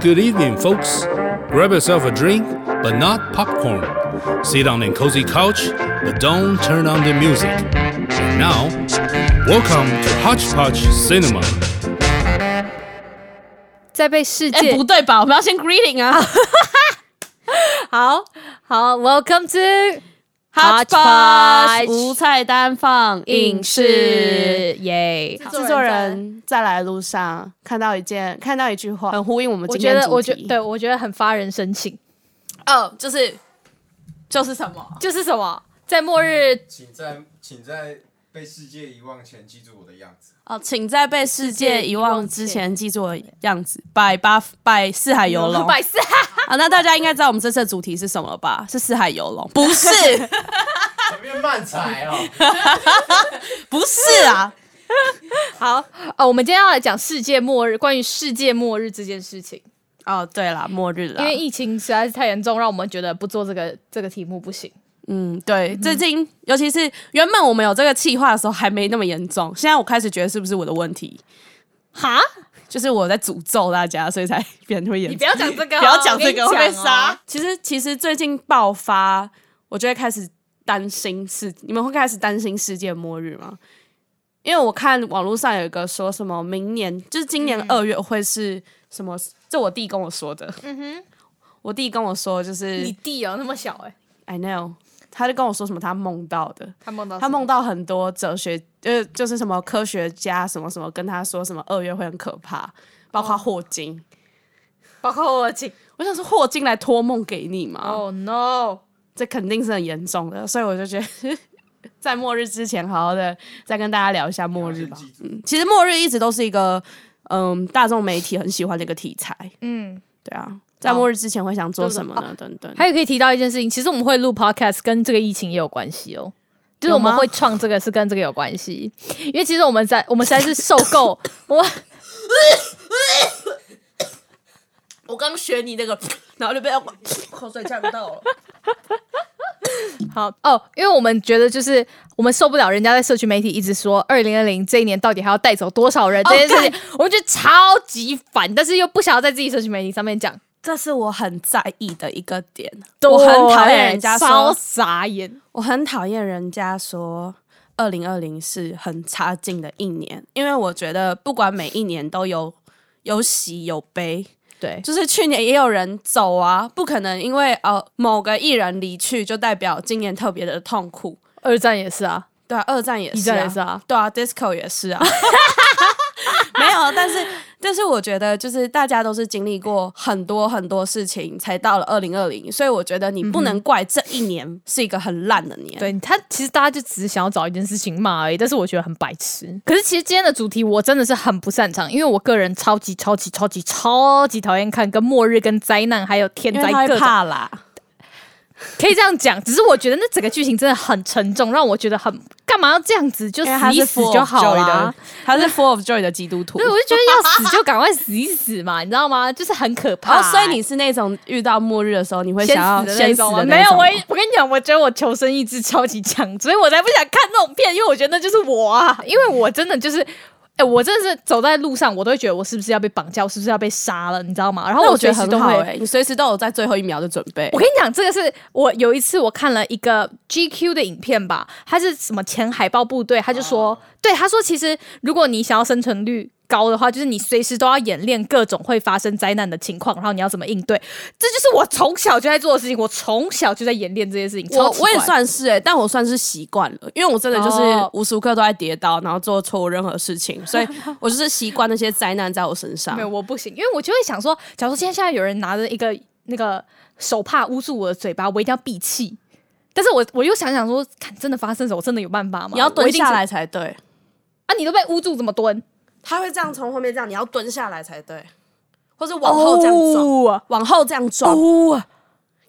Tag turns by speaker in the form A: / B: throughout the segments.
A: Good evening, folks. Grab yourself a drink, but not popcorn. Sit on a cozy couch, but don't turn on the music. And now, welcome to Hodgepodge Cinema.
B: 在被世
C: 哎、
B: 界、
C: 不对吧？我们要先 greeting 啊
B: 好好，Welcome to
C: 啊
B: Hodgepodge
C: ，Hodgepodge 无菜单放映室，耶！
D: 制作人在来路上看到一件，看到一句话，很呼应我们
E: 我
D: 今
E: 觉
D: 天的
E: 得，
D: 主
E: 我觉
D: 题。
E: 对我觉得很发人深省，
C: 哦，就是就是什么？
E: 就是什么，在末日
F: 请在请在被世界遗忘前记住我的样子。
C: 哦，请在被世界遗忘之前记住我的样子。拜八拜四海游龙
E: 百事
C: 啊！那大家应该知道我们这次的主题是什么了吧？是四海游龙？不 是，
F: 前面慢踩哦，
C: 不是啊！
E: 好哦，我们今天要来讲世界末日，关于世界末日这件事情，
C: 哦，对了，末日了
E: 因为。疫情实在是太严重，让我们觉得不做这个这个题目不行。
C: 嗯，对，最近尤其是原本我们有这个计划的时候还没那么严重，现在我开始觉得是不是我的问题？
E: 哈，
C: 就是我在诅咒大家，所以才变得会严
E: 你。
C: 重
E: 不要讲这个哦、
C: 不要讲这个
E: 我
C: 会
E: 跟
C: 被
E: 你讲哦
C: 杀。。其实其实最近爆发，我就会开始担心世，你们会开始担心世界末日吗？因为我看网络上有一个说什么明年就是今
E: 嗯
C: 年二月会是什么？这我弟跟我说的。嗯哼，我弟跟我说就是
E: 你弟哦，那么小哎、
C: I know，他就跟我说什么他梦到的，
E: 他梦到
C: 他梦到很多哲学，呃，就是什么科学家什么什么跟他说什么二月会很可怕，包括霍金。
E: 包括我请。
C: 我想说霍金来托梦给你嘛。
E: Oh no！
C: 这肯定是很严重的，所以我就觉得 在末日之前，好好的再跟大家聊一下末日吧。
F: 先记住
C: 嗯，其实末日一直都是一个嗯大众媒体很喜欢的一个题材，
E: 嗯，
C: 对啊，在末日之前会想做什么呢？等等，
E: 还有可以提到一件事情，其实我们会录 podcast 跟这个疫情也有关系哦。就是我们
C: 有吗
E: 会创这个是跟这个有关系，因为其实我们在我们实在是受 够我
C: 我刚学你那个，然后就被 口水呛到了。
E: 好哦，因为我们觉得就是我们受不了人家在社区媒体一直说二零二零这一年到底还要带走多少人这件事情，我觉得超级烦，但是又不想要在自己社区媒体上面讲，
C: 这是我很在意的一个点，我很讨厌人家
E: 超
C: 说，
E: 傻眼。
C: 我很讨厌人家说。二零二零是很差劲的一年，因为我觉得不管每一年都有有喜有悲，
E: 对，
C: 就是去年也有人走啊，不可能因为呃某个艺人离去就代表今年特别的痛苦。
E: 二战也是啊，
C: 对啊，二战也
E: 一
C: 是、啊，
E: 战也是啊，
C: 对啊，disco 也是啊。 没有，但是但是我觉得就是大家都是经历过很多很多事情，才到了二零二零，所以我觉得你不能怪这一年是一个很烂的年。
E: 对他其实大家就只是想要找一件事情骂而已，但是我觉得很白痴。可是其实今天的主题我真的是很不擅长，因为我个人超级超级超级超级讨厌看跟末日、跟灾难还有天
C: 因
E: 灾
C: 为他
E: 各种，
C: 会怕啦，
E: 可以这样讲。只是我觉得那整个剧情真的很沉重，让我觉得很干嘛要这样子，就
C: 因为他
E: 死一
C: 是
E: 死
C: full
E: 就
C: of
E: 好
C: joy
E: 啦
C: 的。，他是 full of joy 的基督 徒。
E: 对，我就觉得要死就赶快死一死嘛，你知道吗？就是很可 怕、
C: 哦，所以你是那种遇到末日的时候，你会
E: 先
C: 想要
E: 死的那
C: 先死
E: 种
C: 的
E: 吗？
C: 那
E: 没有，
C: 种
E: 我
C: 吗
E: 也我跟你讲，我觉得我求生意志超级强，所以我才不想看那种片，因为我觉得那就是我啊，因为我真的就是，哎、我真的是走在路上，我都会觉得我是不是要被绑架，我是不是要被杀了，你知道吗？然后
C: 那
E: 我
C: 我觉
E: 随
C: 得
E: 时
C: 很
E: 都
C: 好
E: 会。
C: 哎、你随时都有在最后一秒的准备
E: 我。跟你讲，这个是我有一次我看了一个 GQ 的影片吧，他是什么前海豹部队，他就
C: 哦
E: 说，对他说，其实如果你想要生存率高的话，就是你随时都要演练各种会发生灾难的情况，然后你要怎么应对。这就是我从小就在做的事情，我从小就在演练这些事情。超
C: 我
E: 奇
C: 我也
E: 怪
C: 算是哎、但我算是习惯了，因为我真的就是
E: 哦
C: 无时无刻都在跌倒，然后做错任何事情， 所以我就是习惯那些灾难在我身上
E: 没。有，我不行，因为我就会想说，假如今天现在有人拿着一个那个手帕捂住我的嘴巴，我一定要闭气。但是我我又想想说，看真的发生什么，我真的有办法吗？
C: 你要
E: 我
C: 蹲
E: 一定
C: 下
E: 是
C: 来才对，
E: 啊！你都被捂住，怎么蹲？
C: 他会这样从后面这样，你要蹲下来才对，或是往后这样撞，
E: 哦，
C: 往后这样撞，
E: 哦，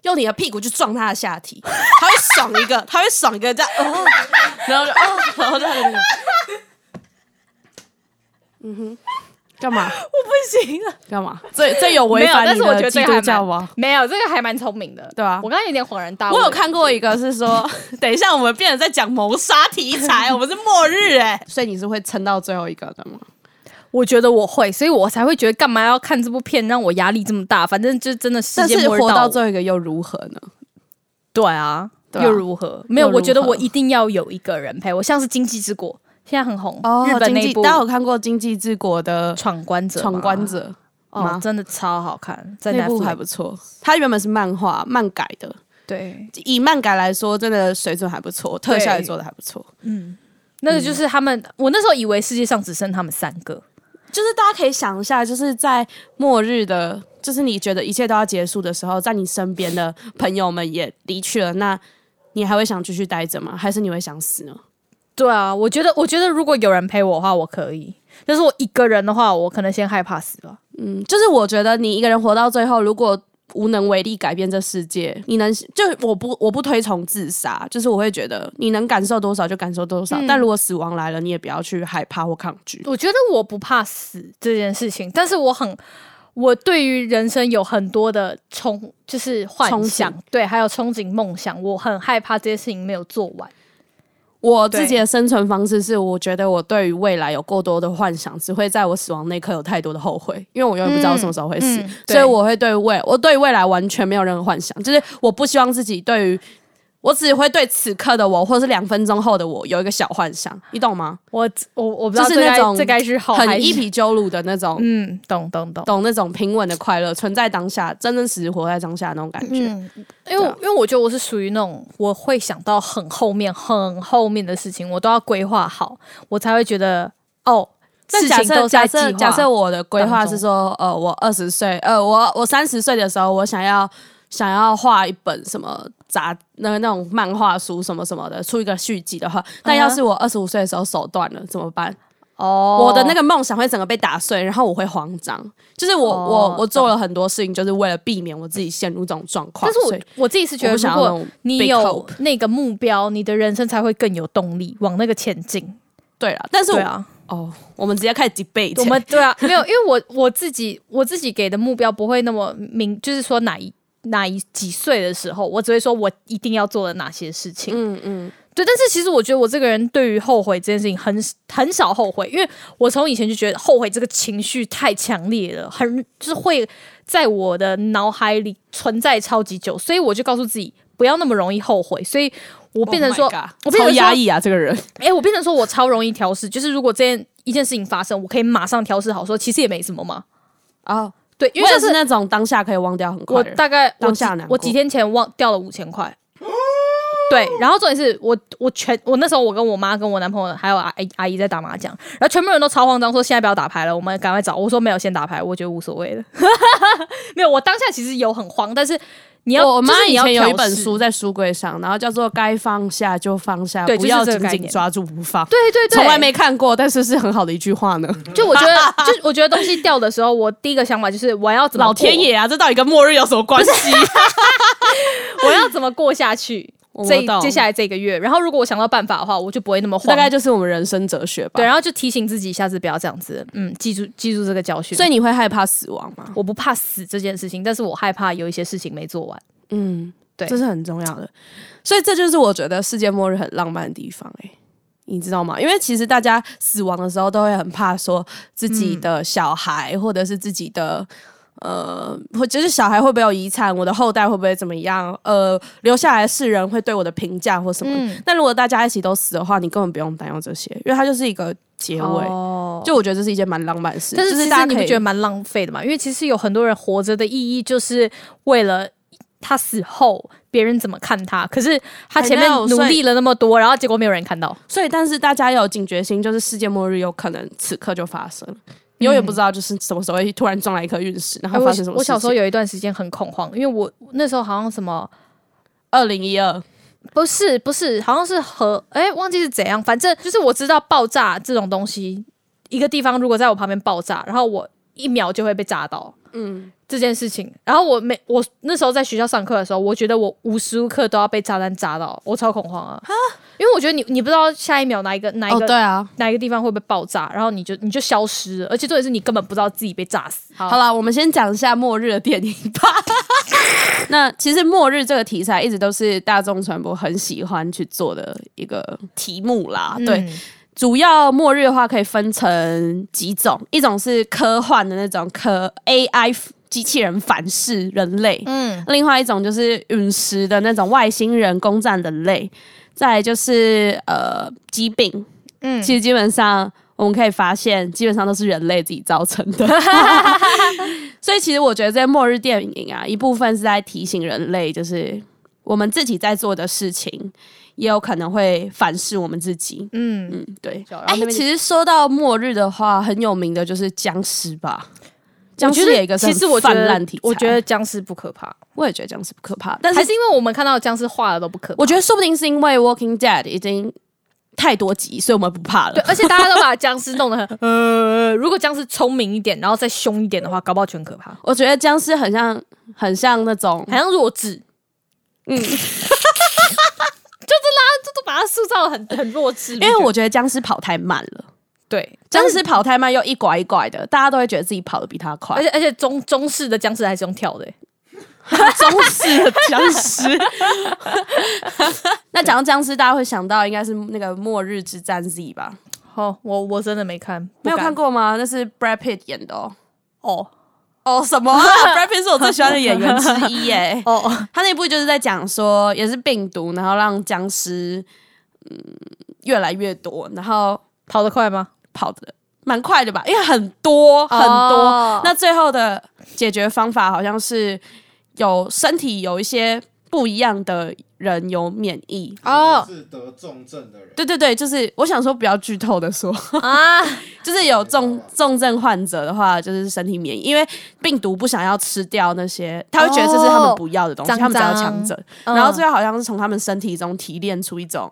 C: 用你的屁股去撞他的下体，他会爽 一个，他会爽一个这样，哦、然后就哦，然后就嗯哼，干嘛？
E: 我不行啊！
C: 干嘛？这这有
E: 没
C: 违
E: 有，
C: 反
E: 但
C: 你
E: 是我觉
C: 的
E: 得这
C: 基
E: 个
C: 督
E: 还
C: 教
E: 蛮
C: 吗？
E: 没有，这个还蛮聪明的，
C: 对啊
E: 我刚刚有点恍然大悟，
C: 我有看过一个是说， 等一下我们变欸成在讲谋杀题材，我们是末日哎、所以你是会撑到最后一个的吗？
E: 我觉得我会，所以我才会觉得干嘛要看这部片让我压力这么大？反正就真的世
C: 但
E: 界
C: 是
E: 末日
C: 活
E: 到
C: 到
E: 我
C: 最后一个又如何呢？
E: 对啊，
C: 对啊
E: 又如何？没有，
C: 又如何
E: 我觉得我一定要有一个人陪我，像是《经济之国》，现在很红，日本
C: 哦经
E: 那一
C: 济，
E: 部
C: 大家有看过《经济之国》的
E: 《
C: 《
E: 闯关者》，
C: 闯关，者》
E: 哦
C: 吗，
E: 真的超好看，在
C: 那部
E: Netflix
C: 还不错。它原本是漫画漫改的，
E: 对，
C: 以漫改来说，真的水准还不错，特效也
E: 对
C: 做的还不错。
E: 那个
C: 嗯
E: 就是他们，我那时候以为世界上只剩他们三个，
C: 就是大家可以想一下，就是在末日的，就是你觉得一切都要结束的时候，在你身边的朋友们也离去了，那你还会想继续待着吗？还是你会想死呢？
E: 对啊，我觉得，我觉得如果有人陪我的话，我可以。但是我一个人的话，我可能先害怕死吧。
C: 嗯，就是我觉得你一个人活到最后，如果无能为力改变这世界，你能就我不我不推崇自杀，就是我会觉得你能感受多少就感受多
E: 嗯
C: 少，但如果死亡来了，你也不要去害怕或抗拒。
E: 我觉得我不怕死这件事情，但是我很，我对于人生有很多的憧，就是幻想
C: 憧，
E: 对，还有憧憬梦想，我很害怕这些事情没有做完。
C: 我自己的生存方式是，我觉得我对于未来有过多的幻想，只会在我死亡那一刻有太多的后悔，因为我永远不知道我什么时候会死，
E: 嗯嗯对
C: 所以我会对未我对未来完全没有任何幻想，就是我不希望自己对于我只会对此刻的我，或是两分钟后的我有一个小幻想，你懂吗？
E: 我我我不知道
C: 就是
E: 这
C: 那
E: 该
C: 种
E: 这该是好还
C: 很
E: 是
C: 一笔鸠鲁的那种，
E: 嗯，懂懂懂。
C: 懂那种平稳的快乐，存在当下，真真实实活在当下那种感觉。
E: 嗯，因为
C: 啊
E: 我因为我觉得我是属于那种我会想到很后面很后面的事情，我都要规划好，我才会觉得哦，
C: 那
E: 事
C: 假
E: 情
C: 设
E: 都在
C: 假
E: 计
C: 设
E: 划。
C: 假设我的规划
E: 当中
C: 是说，呃，我二十岁，呃，我我三十岁的时候，我想要呃想要画一本什么杂那个那种漫画书什么什么的，出一个续集的话，
E: 嗯
C: 但要是我二十五岁的时候手断了怎么办？
E: 哦，
C: 我的那个梦想会整个被打碎，然后我会慌张。就是我、
E: 哦
C: 我我做了很多事情，就是为了避免我自己陷入这种状况。
E: 但是
C: 所以
E: 我我自己是觉
C: 我
E: 得，
C: 不想
E: 如
C: 要那
E: 果
C: 种
E: 你
C: big
E: 有
C: hope
E: 那个目标，你的人生才会更有动力往那个前进。
C: 对了，但是我
E: 对啊，
C: 哦，我们直接开始 debate，
E: 我们对啊，没有，因为我我自己我自己给的目标不会那么明，就是说哪一哪一几岁的时候，我只会说我一定要做的哪些事情。
C: 嗯嗯，
E: 对，但是其实我觉得我这个人对于后悔这件事情很很少后悔，因为我从以前就觉得后悔这个情绪太强烈了，很就是会在我的脑海里存在超级久，所以我就告诉自己不要那么容易后悔，所以我变成说
C: Oh my god，
E: 我变
C: 超
E: 成说
C: 压抑啊，这个人。
E: 哎、我变成说我超容易调试，就是如果这件一件事情发生，我可以马上调试好，说其实也没什么嘛。
C: 哦，
E: 对，因
C: 我
E: 为
C: 也
E: 像
C: 是那种当下可以忘掉很快
E: 我
C: 的人。
E: 大概我
C: 当
E: 几
C: 下难过
E: 我几天前忘掉了五千块。 对，然后重点是我我全我那时候我跟我妈跟我男朋友还有阿姨阿姨在打麻将，然后全部人都超慌张，说现在不要打牌了，我们赶快找。我说没有，先打牌，我觉得无所谓了。 没有，我当下其实有很慌，但是你要
C: 我我妈
E: 就是
C: 以
E: 你要
C: 前有一
E: 调
C: 本
E: 试
C: 书在书柜上，然后叫做《该放下就放下
E: 对，
C: 不
E: 就是
C: 要
E: 这个
C: 紧
E: 概
C: 紧
E: 念
C: 抓住不放》。
E: 对对对，
C: 从来没看过，但是是很好的一句话呢。
E: 就我觉得，就我觉得东西掉的时候，我第一个想法就是我要怎么
C: 老天
E: 过
C: 爷啊，这到底跟末日有什么关系？
E: 我要怎么过下去
C: 我
E: 这
C: 懂
E: 接下来这个月？然后如果我想到办法的话，我就不会那么
C: 大
E: 慌。
C: 概就是我们人生哲学吧。
E: 对，然后就提醒自己下次不要这样子，嗯，记住记住这个教训。
C: 所以你会害怕死亡吗？
E: 我不怕死这件事情，但是我害怕有一些事情没做完。
C: 嗯，
E: 对
C: 这是很重要的。所以这就是我觉得世界末日很浪漫的地方、欸，你知道吗？因为其实大家死亡的时候都会很怕说自
E: 嗯
C: 己的小孩、或者是自己的。呃，或就是小孩会不会有遗产，我的后代会不会怎么样？呃，留下来的世人会对我的评价或什么？
E: 嗯
C: 但如果大家一起都死的话，你根本不用担忧这些，因为它就是一个结尾。
E: 哦，
C: 就我觉得这是一件蛮浪漫的事，
E: 但
C: 就是
E: 其
C: 大
E: 实
C: 家
E: 你
C: 可
E: 不
C: 以
E: 觉得蛮浪费的嘛？因为其实有很多人活着的意义就是为了。他死后，别人怎么看他？可是他前面
C: I know，
E: 努
C: 所以
E: 力了那么多，然后结果没有人看到。
C: 所以，但是大家要有警觉心，就是世界末日有可能此刻就发生，你永远不知道就是什么时候会突然撞来一颗陨石，然
E: 哎
C: 后
E: 我
C: 发生什么
E: 我小时候
C: 有
E: 有一段时间很恐慌，因为我那时候好像什么
C: 二零一二，
E: 不是不是，好像是核，哎、忘记是怎样，反正就是我知道爆炸这种东西，一个地方如果在我旁边爆炸，然后我一秒就会被炸到，嗯，这件事情。然后我每我那时候在学校上课的时候，我觉得我无时无刻都要被炸弹炸到，我超恐慌啊，因为我觉得你你不知道下一秒哪一个哪一个、
C: 啊，
E: 哪一个地方会被爆炸，然后你就你就消失了，而且重点是你根本不知道自己被炸死。
C: 好了，我们先讲一下末日的电影吧。 那其实末日这个题
E: 嗯
C: 嗯材一直都是大众传播很喜欢去做的一个题目啦，对。主要末日的话可以分成几种，一种是科幻的那种科 AI 机器人反噬人类，
E: 嗯，
C: 另外一种就是陨石的那种外星人攻占人类，再来就是呃疾病，
E: 嗯
C: 嗯，其实基本上我们可以发现，基本上都是人类自己造成 的。所以其实我觉得这些末日电影啊，一部分是在提醒人类，就是我们自己在做的事情，也有可能会反噬我们自己。
E: 嗯，
C: 嗯，对。
E: 哎
C: 哎、其实说到末日的话，很有名的就是僵尸吧。
E: 我
C: 僵
E: 觉
C: 尸也一
E: 得
C: 个是
E: 其
C: 很
E: 实我觉
C: 泛
E: 得
C: 滥题材，
E: 我觉得僵尸不可怕，
C: 我也觉得僵尸不可怕，但是
E: 还是因为我们看到僵尸画的都不可怕。
C: 我觉得说不定是因为《Walking Dead》已经太多集，所以我们不怕
E: 对
C: 了，。
E: 而且大家都把僵尸弄得很呃，如果僵尸聪明一点，然后再凶一点的话，搞不好全可怕。
C: 我觉得僵尸很像，很像那种
E: 好像弱智，嗯， 就是啦，这都把它塑造得很很弱智。
C: 因为我觉得僵尸跑太慢了，
E: 对，
C: 僵尸跑太慢又一拐一拐的，大家都会觉得自己跑得比他
E: 而
C: 快。
E: 且而且中中式的僵尸还是用跳的、欸
C: 中式的僵尸， 那讲到僵尸，大家会想到应该是那个《末日之战 Z》吧？
E: 哦，我我真的没看，
C: 没
E: 不
C: 有
E: 敢
C: 看过吗？那是 Brad Pitt 演的哦。
E: 哦
C: 哦，什么、 啊、？Brad Pitt 是我最喜欢的演员之一耶、
E: 哦，
C: 他那部就是在讲说，也是病毒，然后让僵尸嗯越来越多，然后
E: 跑得快吗？
C: 跑的蛮快的吧，因为很多很多。
E: 哦
C: 那最后的解决方法好像是有身体有一些不一样的人有免疫。
E: 哦
F: 是得重症的人，
C: 对对对，就是我想说不要剧透的说，
E: 啊，
C: 就是有重重症患者的话，就是身体免疫，因为病毒不想要吃掉那些，他会觉得这是他们不要的东西，
E: 哦
C: 他们只要
E: 脏脏
C: 强者。
E: 嗯
C: 然后最后好像是从他们身体中提炼出一种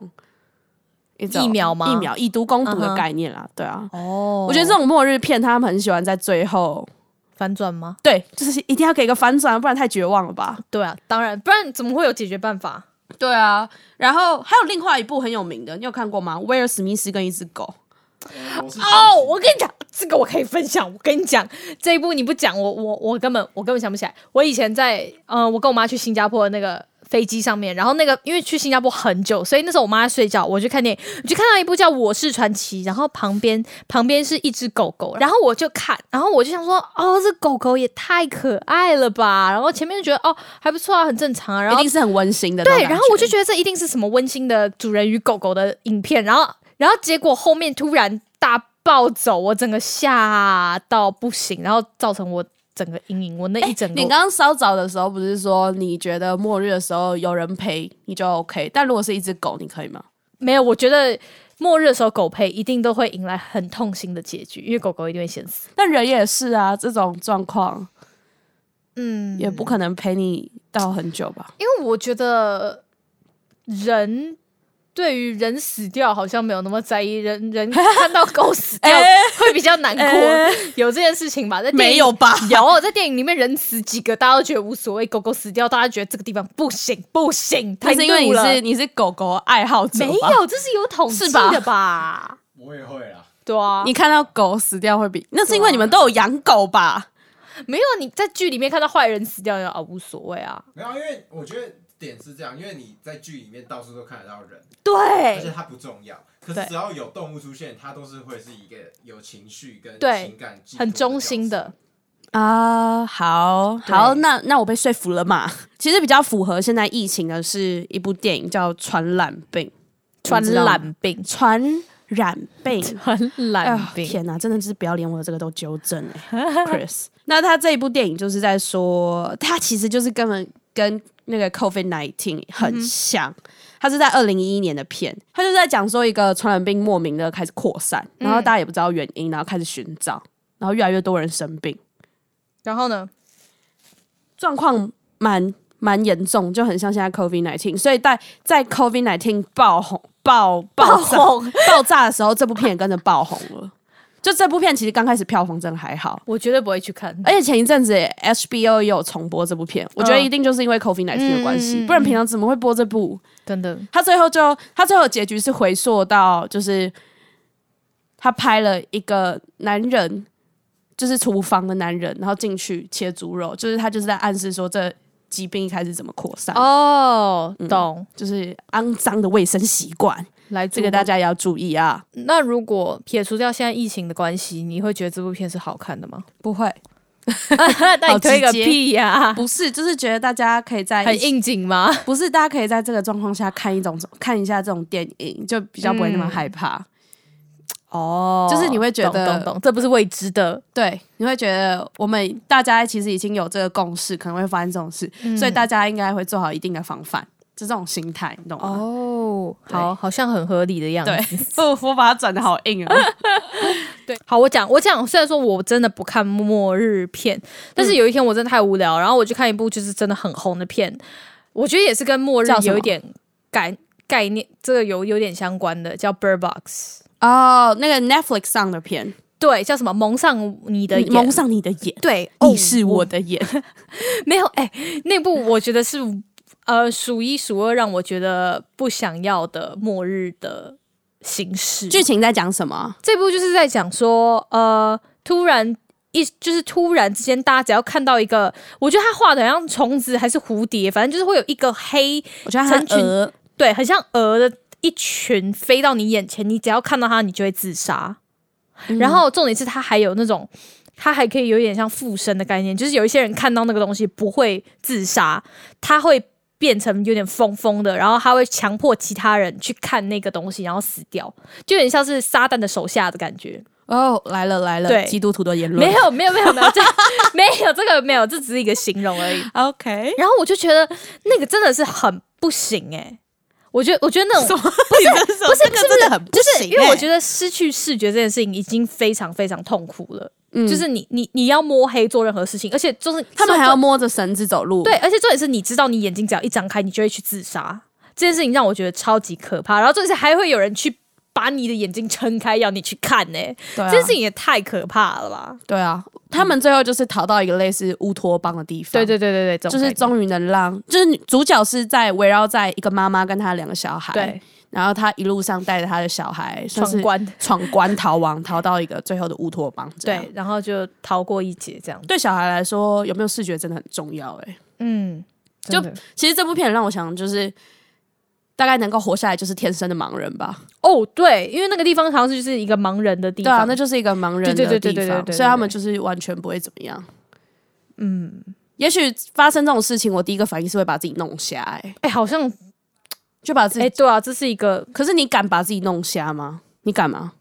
C: 一种
E: 疫苗吗
C: 疫苗以毒攻毒
E: 嗯
C: 的
E: 哼
C: 概念啦，对啊。
E: 哦
C: 我觉得这种末日片，他们很喜欢在最后，
E: 反转吗？
C: 对，就是一定要给一个反转，不然太绝望了吧？
E: 对啊，当然，不然怎么会有解决办法？
C: 对啊。然后还有另外一部很有名的，你有看过吗？威尔史密斯跟一只狗。
F: 呃我是
E: 哦，我跟你讲，这个我可以分享。我跟你讲，这一部你不讲，我我我根本我根本想不起来。我以前在呃，我跟我妈去新加坡的那个飞机上面，然后那个因为去新加坡很久，所以那时候我妈在睡觉，我去看电影，我就看到一部叫《我是传奇》，然后旁边旁边是一只狗狗，然后我就看，然后我就想说，哦，这狗狗也太可爱了吧。然后前面就觉得哦还不错啊，很正常啊，然
C: 一
E: 后
C: 定是很温馨的那种
E: 对，
C: 感觉。
E: 然后我就觉得这一定是什么温馨的主人与狗狗的影片，然后然后结果后面突然大暴走，我整个吓到不行，然后造成我整个阴影，我那一整个、
C: 哎你刚刚稍早的时候不是说你觉得末日的时候有人陪你就 OK，但如果是一只狗，你可以吗？
E: 没有，我觉得末日的时候狗陪一定都会迎来很痛心的结局，因为狗狗一定会先死。
C: 但人也是啊，这种状况
E: 嗯，
C: 也不可能陪你到很久吧？
E: 因为我觉得人。对于人死掉好像没有那么在意，人人看到狗死 掉、
C: 哎
E: 会比较难过，有这件事情吧？在电影
C: 吧？
E: 有在电影里面人死几个，大家都觉得无所谓；狗狗死掉，大家觉得这个地方不行不行，太
C: 但是因为
E: 怒
C: 你
E: 了
C: 是你是狗狗爱好者，
E: 没，有，这是有统计
C: 是吧
E: 的吧？
F: 我也会啦，
E: 对啊，
C: 你看到狗死掉会比那是因为你们都有养狗吧？
E: 没有啊你在剧里面看到坏人死掉，你就啊无所谓啊，
F: 没有啊，因为我觉得点是这样，因为你在剧里面到处都看得到人，而且
E: 对
F: 它不重要，可
E: 对
F: 是只要有动物出现，它都是会是一个有情绪跟
E: 对
F: 情感寄托的角色，
E: 很忠心的，
C: 啊，好
E: 对
C: 好，那那我被说服了嘛？其实比较符合现在疫情的是一部电影叫《传染病》，
E: 传
C: 你知道吗
E: 染病，
C: 传染病。
E: 传染
C: 哎呦天哪，真的是不要连我这个都纠正哎、Chris。那他这一部电影就是在说，他其实就是根本跟那个 COVID nineteen 很像，他是在二零一一年的片，他就在讲说一个传染病莫名的开始扩散，然后大家也不知道原因，然后开始寻找，然后越来越多人生病，
E: 然后呢？
C: 状况蛮蛮严重，就很像现在 COVID nineteen，所以在在 COVID nineteen 爆红爆爆炸
E: 红
C: 爆炸的时候，这部片也跟着爆红了。就这部片其实刚开始票房真的还好，
E: 我绝对不会去看。
C: 而且前一阵子 HBO 也有重播这部片，我觉得一定就是因为 COVID 1 9的关
E: 嗯
C: 系，
E: 嗯嗯嗯
C: 不然平常怎么会播这部？
E: 真的，
C: 他最后就他最后结局是回溯到，就是他拍了一个男人，就是厨房的男人，然后进去切猪肉，就是他就是在暗示说这嗯疾病一开始怎么扩散，
E: 哦，懂，
C: 就是肮脏的卫生习惯。
E: 来
C: 嗯这个大家也要注意啊。
E: 那如果撇除掉现在疫情的关系，你会觉得这部片是好看的 吗？
C: 不会，
E: 那
C: 好
E: 你推个
C: 直接
E: 屁呀、
C: 不是，就是觉得大家可以在
E: 很应景吗？
C: 不是，大家可以在这个状况下看一种看一下这种电影，就比较不会那么害怕。
E: 哦
C: 就是你会觉得
E: 懂懂懂，这不是未知的，
C: 对，你会觉得我们大家其实已经有这个共识，可能会发生这种事，所以大家应该会做好一定的防范，就这种心态，你懂吗？
E: 哦，
C: 对
E: 好，好像很合理的样子。
C: 对， 我我把它转的好硬啊！
E: 好，我讲我讲，虽然说我真的不看末日片，但
C: 嗯
E: 是有一天我真的太无聊，然后我去看一部就是真的很红的片，我觉得也是跟末日
C: 叫什么
E: 有一点概概念，这个有有点相关的，叫《Bird Box》。
C: 哦，那个 Netflix 上的片，
E: 对，叫什么？蒙上你的眼，
C: 嗯蒙上你的眼，
E: 对，
C: 你是
E: 哦
C: 我的眼，
E: 没有，哎、那部我觉得是呃数一数二让我觉得不想要的末日的形式。
C: 剧情在讲什么？
E: 这部就是在讲说，呃，突然一就是突然之间，大家只要看到一个，我觉得他画的像虫子还是蝴蝶，反正就是会有一个黑，
C: 我觉得嗯它
E: 成群
C: 鹅
E: 对，很像蛾的一群飞到你眼前，你只要看到它，你就会自杀。然后重点是它还有那种，它还可以有点像附身的概念，就是有一些人看到那个东西不会自杀，他会变成有点疯疯的，然后他会强迫其他人去看那个东西，然后死掉，就有点像是撒旦的手下的感觉。
C: 哦来了来了，
E: 对
C: 基督徒的言论
E: 没有，没有，没有，没有，这 没有这个没有，这只是一个形容而已。
C: OK，
E: 然后我就觉得那个真的是很不行哎、我觉得，我觉得那种
C: 不是不
E: 不是
C: 这个真的很不
E: 就是
C: 行
E: 因为
C: 欸
E: 我觉得失去视觉这件事情已经非常非常痛苦了。就是你你你要摸黑做任何事情，而且就是
C: 嗯他们还要
E: 重
C: 摸着绳子走路，
E: 对，，而且重点是你知道你眼睛只要一张开，你就会去自杀。这件事情让我觉得超级可怕。然后重点是还会有人去把你的眼睛撑开，要你去看呢、
C: 对啊
E: 这件事情也太可怕了吧？
C: 对啊，他们最后就是逃到一个类似乌托邦的地方，
E: 对对对对对，这
C: 就
E: 种
C: 是
E: 感觉
C: 终于能让，就是女主角是在围绕在一个妈妈跟她两个小孩，
E: 对，
C: 然后她一路上带着她的小孩算是
E: 闯关
C: 闯关逃亡，逃到一个最后的乌托邦。这样
E: 对，，然后就逃过一劫这样。
C: 对小孩来说，有没有视觉真的很重要、欸。
E: 嗯，
C: 就
E: 真的
C: 其实这部片让我想，就是大概能够活下来，就是天生的盲人吧。
E: 哦，对，因为那个地方好像是就是一个盲人的地
C: 对
E: 方，
C: 啊，那就是一个盲人的地
E: 对
C: 方，
E: 对对对对对对对
C: 所以他们就是完全不会怎么样。嗯，也许发生这种事情，我第一个反应是会把自己弄瞎、欸，
E: 哎、好像
C: 就把自
E: 哎、
C: 己。
E: 对啊，这是一个
C: 可是你敢把自己弄瞎吗？你敢吗？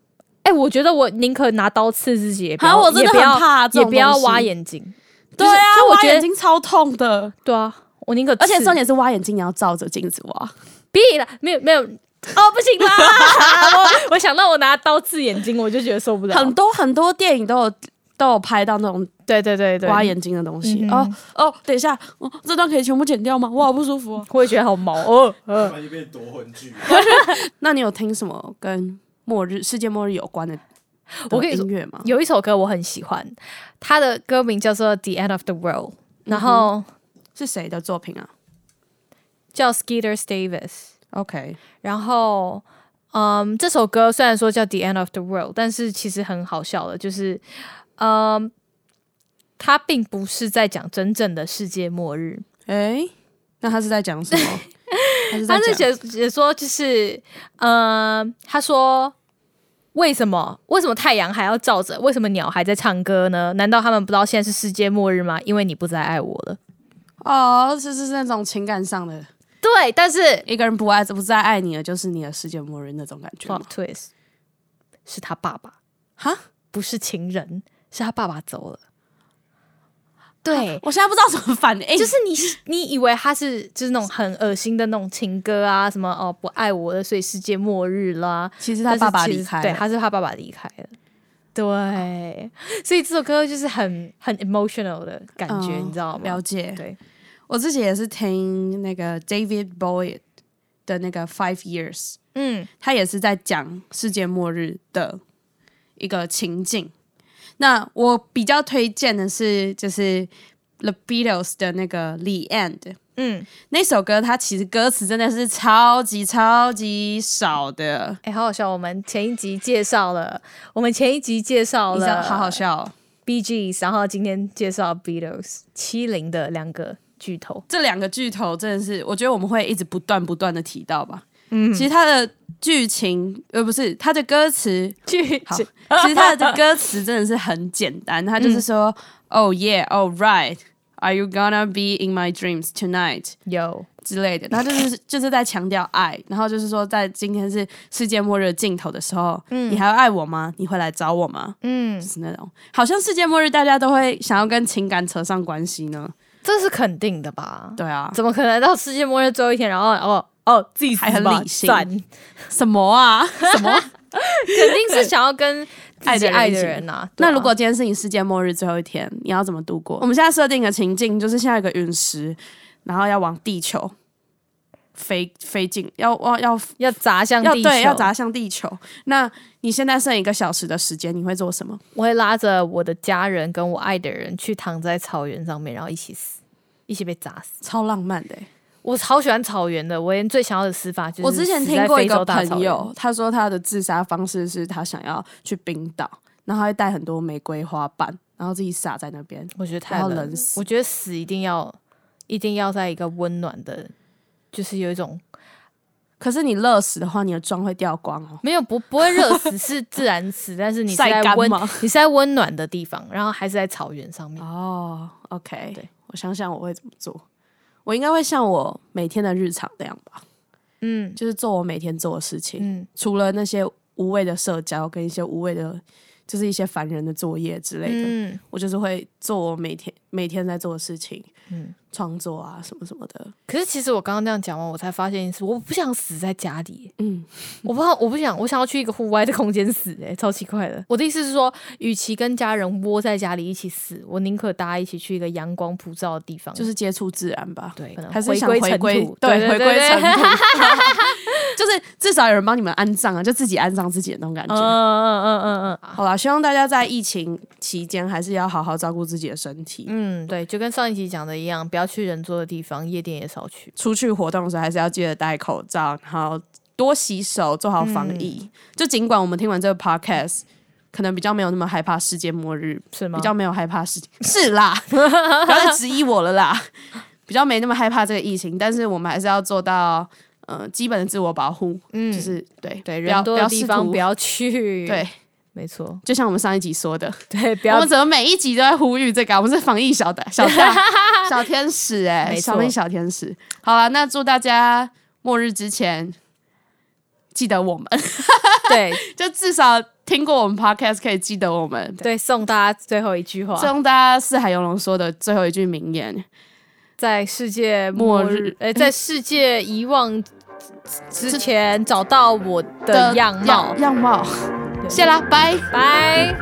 E: 哎、我觉得我宁可拿刀刺自己，也不
C: 啊
E: 要，
C: 我真的
E: 也不要
C: 很怕这
E: 也
C: 种
E: 不要
C: 东西
E: 挖眼睛。
C: 对啊，
E: 就是就我
C: 挖
E: 觉得
C: 眼睛超痛的，
E: 对啊，我宁可刺，
C: 而且重点是挖眼睛你要照着镜子挖，
E: 屁了，没有没有，哦，不行啦！ 我我想到我拿刀刺眼睛，我就觉得受不了。
C: 很多很多电影都有都有拍到那种
E: 对对对对，
C: 挖，眼睛的东西。
E: 嗯
C: 哦哦，等一下，哦这段可以全部剪掉吗？我好不舒服、哦。
E: 我也觉得好毛哦。
F: 突 然就变夺魂剧。
C: 那你有听什么跟末日、世界末日有关的？
E: 我跟你说
C: 音乐吗？
E: 有一首歌我很喜欢，它的歌名叫做《The End of the World》，然
C: 嗯
E: 后
C: 是谁的作品啊
E: 叫 Skeeter Davis。
C: ？OK，
E: 然后，嗯，这首歌虽然说叫《The End of the World》，但是其实很好笑的，就是，嗯，它并不是在讲真正的世界末日，
C: 哎、那他是在讲什 么？他是在
E: 他是
C: 讲
E: 写写说就是，嗯，他说。为什么？为什么太阳还要照着？为什么鸟还在唱歌呢？难道他们不知道现在是世界末日吗？因为你不再爱我了。
C: 哦，就是是那种情感上的，
E: 对，但是
C: 一个人不爱不再爱你了，就是你的世界末日那种感觉吗
E: plot twist 是他爸爸。
C: 哈，
E: 不是情人，是他爸爸走了。对，
C: 我现在不知道怎么反应，
E: 就是你，你以为他是就是那种很恶心的那种情歌啊，什么哦不爱我了，所以世界末日啦。
C: 其实
E: 但
C: 他
E: 是
C: 爸爸
E: 其实
C: 离开
E: 对，
C: 了
E: 他是他爸爸离开了。对，所以这首歌就是很很 emotional 的感觉，
C: 嗯
E: 你知道吗？
C: 了解。
E: 对，
C: 我自己也是听那个 David Boyd 的那个 Five Years，
E: 嗯，
C: 他也是在讲世界末日的一个情境。那我比较推荐的是，就是 The Beatles 的那个《The End》。
E: 嗯，
C: 那首歌它其实歌词真的是超级超级少的，
E: 哎、好好笑！我们前一集介绍了，我们前一集介绍
C: 你知道，
E: 了，
C: 好好笑、哦。
E: B G，然后今天介绍 Beatles 七零的两个巨头。
C: 这两个巨头真的是，我觉得我们会一直不断不断的提到吧。嗯，其实他的剧情呃不是它的歌词，
E: 剧
C: 好
E: 情，
C: 其实它的歌词真的是很简单，它就是说、Oh yeah, all right, are you gonna be in my dreams tonight？
E: 有
C: 之类的，他就是就是在强调爱，然后就是说，在今天是世界末日的尽头的时候，你还要爱我吗？你会来找我吗？
E: 嗯
C: 就，是那种，好像世界末日大家都会想要跟情感扯上关系呢。
E: 这是肯定的吧？
C: 对啊，
E: 怎么可能到世界末日最后一天，然后哦哦自己死吧
C: 还很理性
E: 算
C: 什么啊？
E: 肯定是想要跟自己爱
C: 爱的人一
E: 的
C: 起
E: 人呐、啊。对啊
C: 那如果今天是你世界末日最后一天，你要怎么度过？我们现在设定的情境就是现在有个陨石，然后要往地球飞飞进，要要要
E: 要砸向
C: 要
E: 地球，
C: 对，要砸向地球。那你现在剩一个小时的时间，你会做什么？
E: 我会拉着我的家人跟我爱的人去躺在草原上面，然后一起死，一起被砸死。
C: 超浪漫的欸、
E: 我超喜欢草原的，我连最想要的死法就是
C: 我之前
E: 死
C: 听
E: 在
C: 过一
E: 非洲
C: 个
E: 大草
C: 朋
E: 原
C: 友，他说他的自杀方式是他想要去冰岛，然后他会带很多玫瑰花瓣，然后自己撒在那边。
E: 我觉得太
C: 然后
E: 冷了
C: 冷死
E: 我觉得死一定要一定要在一个温暖的，就是有一种
C: 可是你热死的话，你的妆会掉光哦。
E: 没有不不会热死是自然死，但是你是
C: 晒
E: 在
C: 干
E: 温
C: 吗
E: 你是在温暖的地方，然后还是在草原上面。
C: 哦，OK，
E: 对
C: 我想想我会怎么做，我应该会像我每天的日常那样吧，
E: 嗯
C: 就是做我每天做的事情，
E: 嗯，
C: 除了那些无谓的社交跟一些无谓的，就是一些烦人的作业之类的。
E: 嗯，
C: 我就是会做我每天每天在做的事情，
E: 嗯
C: 嗯，创作啊什么什么的，
E: 可是其实我刚刚那样讲完，我才发现一次，我不想死在家 里，
C: 嗯，
E: 我不想，我不想，我想要去一个户外的空间死、欸，超奇怪的。我的意思是说，与其跟家人窝在家里一起死，我宁可大家一起去一个阳光普照的地方，
C: 就是接触自然吧。
E: 对可能
C: 还是想
E: 回
C: 回
E: 归尘
C: 归
E: 土，对
C: 对，
E: 对
C: 回
E: 对
C: 归
E: 对
C: 尘土， 就是至少有人帮你们安葬啊，就自己安葬自己的那种感
E: 嗯
C: 觉。
E: 嗯嗯嗯嗯
C: 好啦，希望大家在疫情期间还是要好好照顾自己的身体。
E: 嗯，对，就跟上一集讲的一样，不要去人多的地方，夜店也少去。
C: 出去活动的时候还是要记得戴口罩，然后多洗手，做好防疫。
E: 嗯
C: 就尽管我们听完这个 podcast，可能比较没有那么害怕世界末日，
E: 是吗
C: 比较没有害怕世界，是 啦，不要再质疑我了啦，比较没那么害怕这个疫情，但是我们还是要做到呃基本的自我保护，
E: 嗯，
C: 就是对
E: 对，
C: 不要
E: 人多的地方不
C: 要
E: 要去。
C: 试图对，，
E: 没错，
C: 就像我们上一集说的，
E: 对，不
C: 我
E: 要
C: 们怎么每一集都在呼吁这个啊、我们是防疫小 的小大小天使哎、
E: 没错
C: 防疫小天使。好了，那祝大家末日之前记得我们，
E: 对
C: 就至少听过我们 podcast 可以记得我们。
E: 对，送大家最后一句话，
C: 就用大家四海游龙说的最后一句名言，
E: 在世界
C: 末
E: 末日
C: 日，
E: 呃，在世界遗忘之前找到我的
C: 的
E: 样貌。
C: 样貌，谢啦，拜。
E: 拜。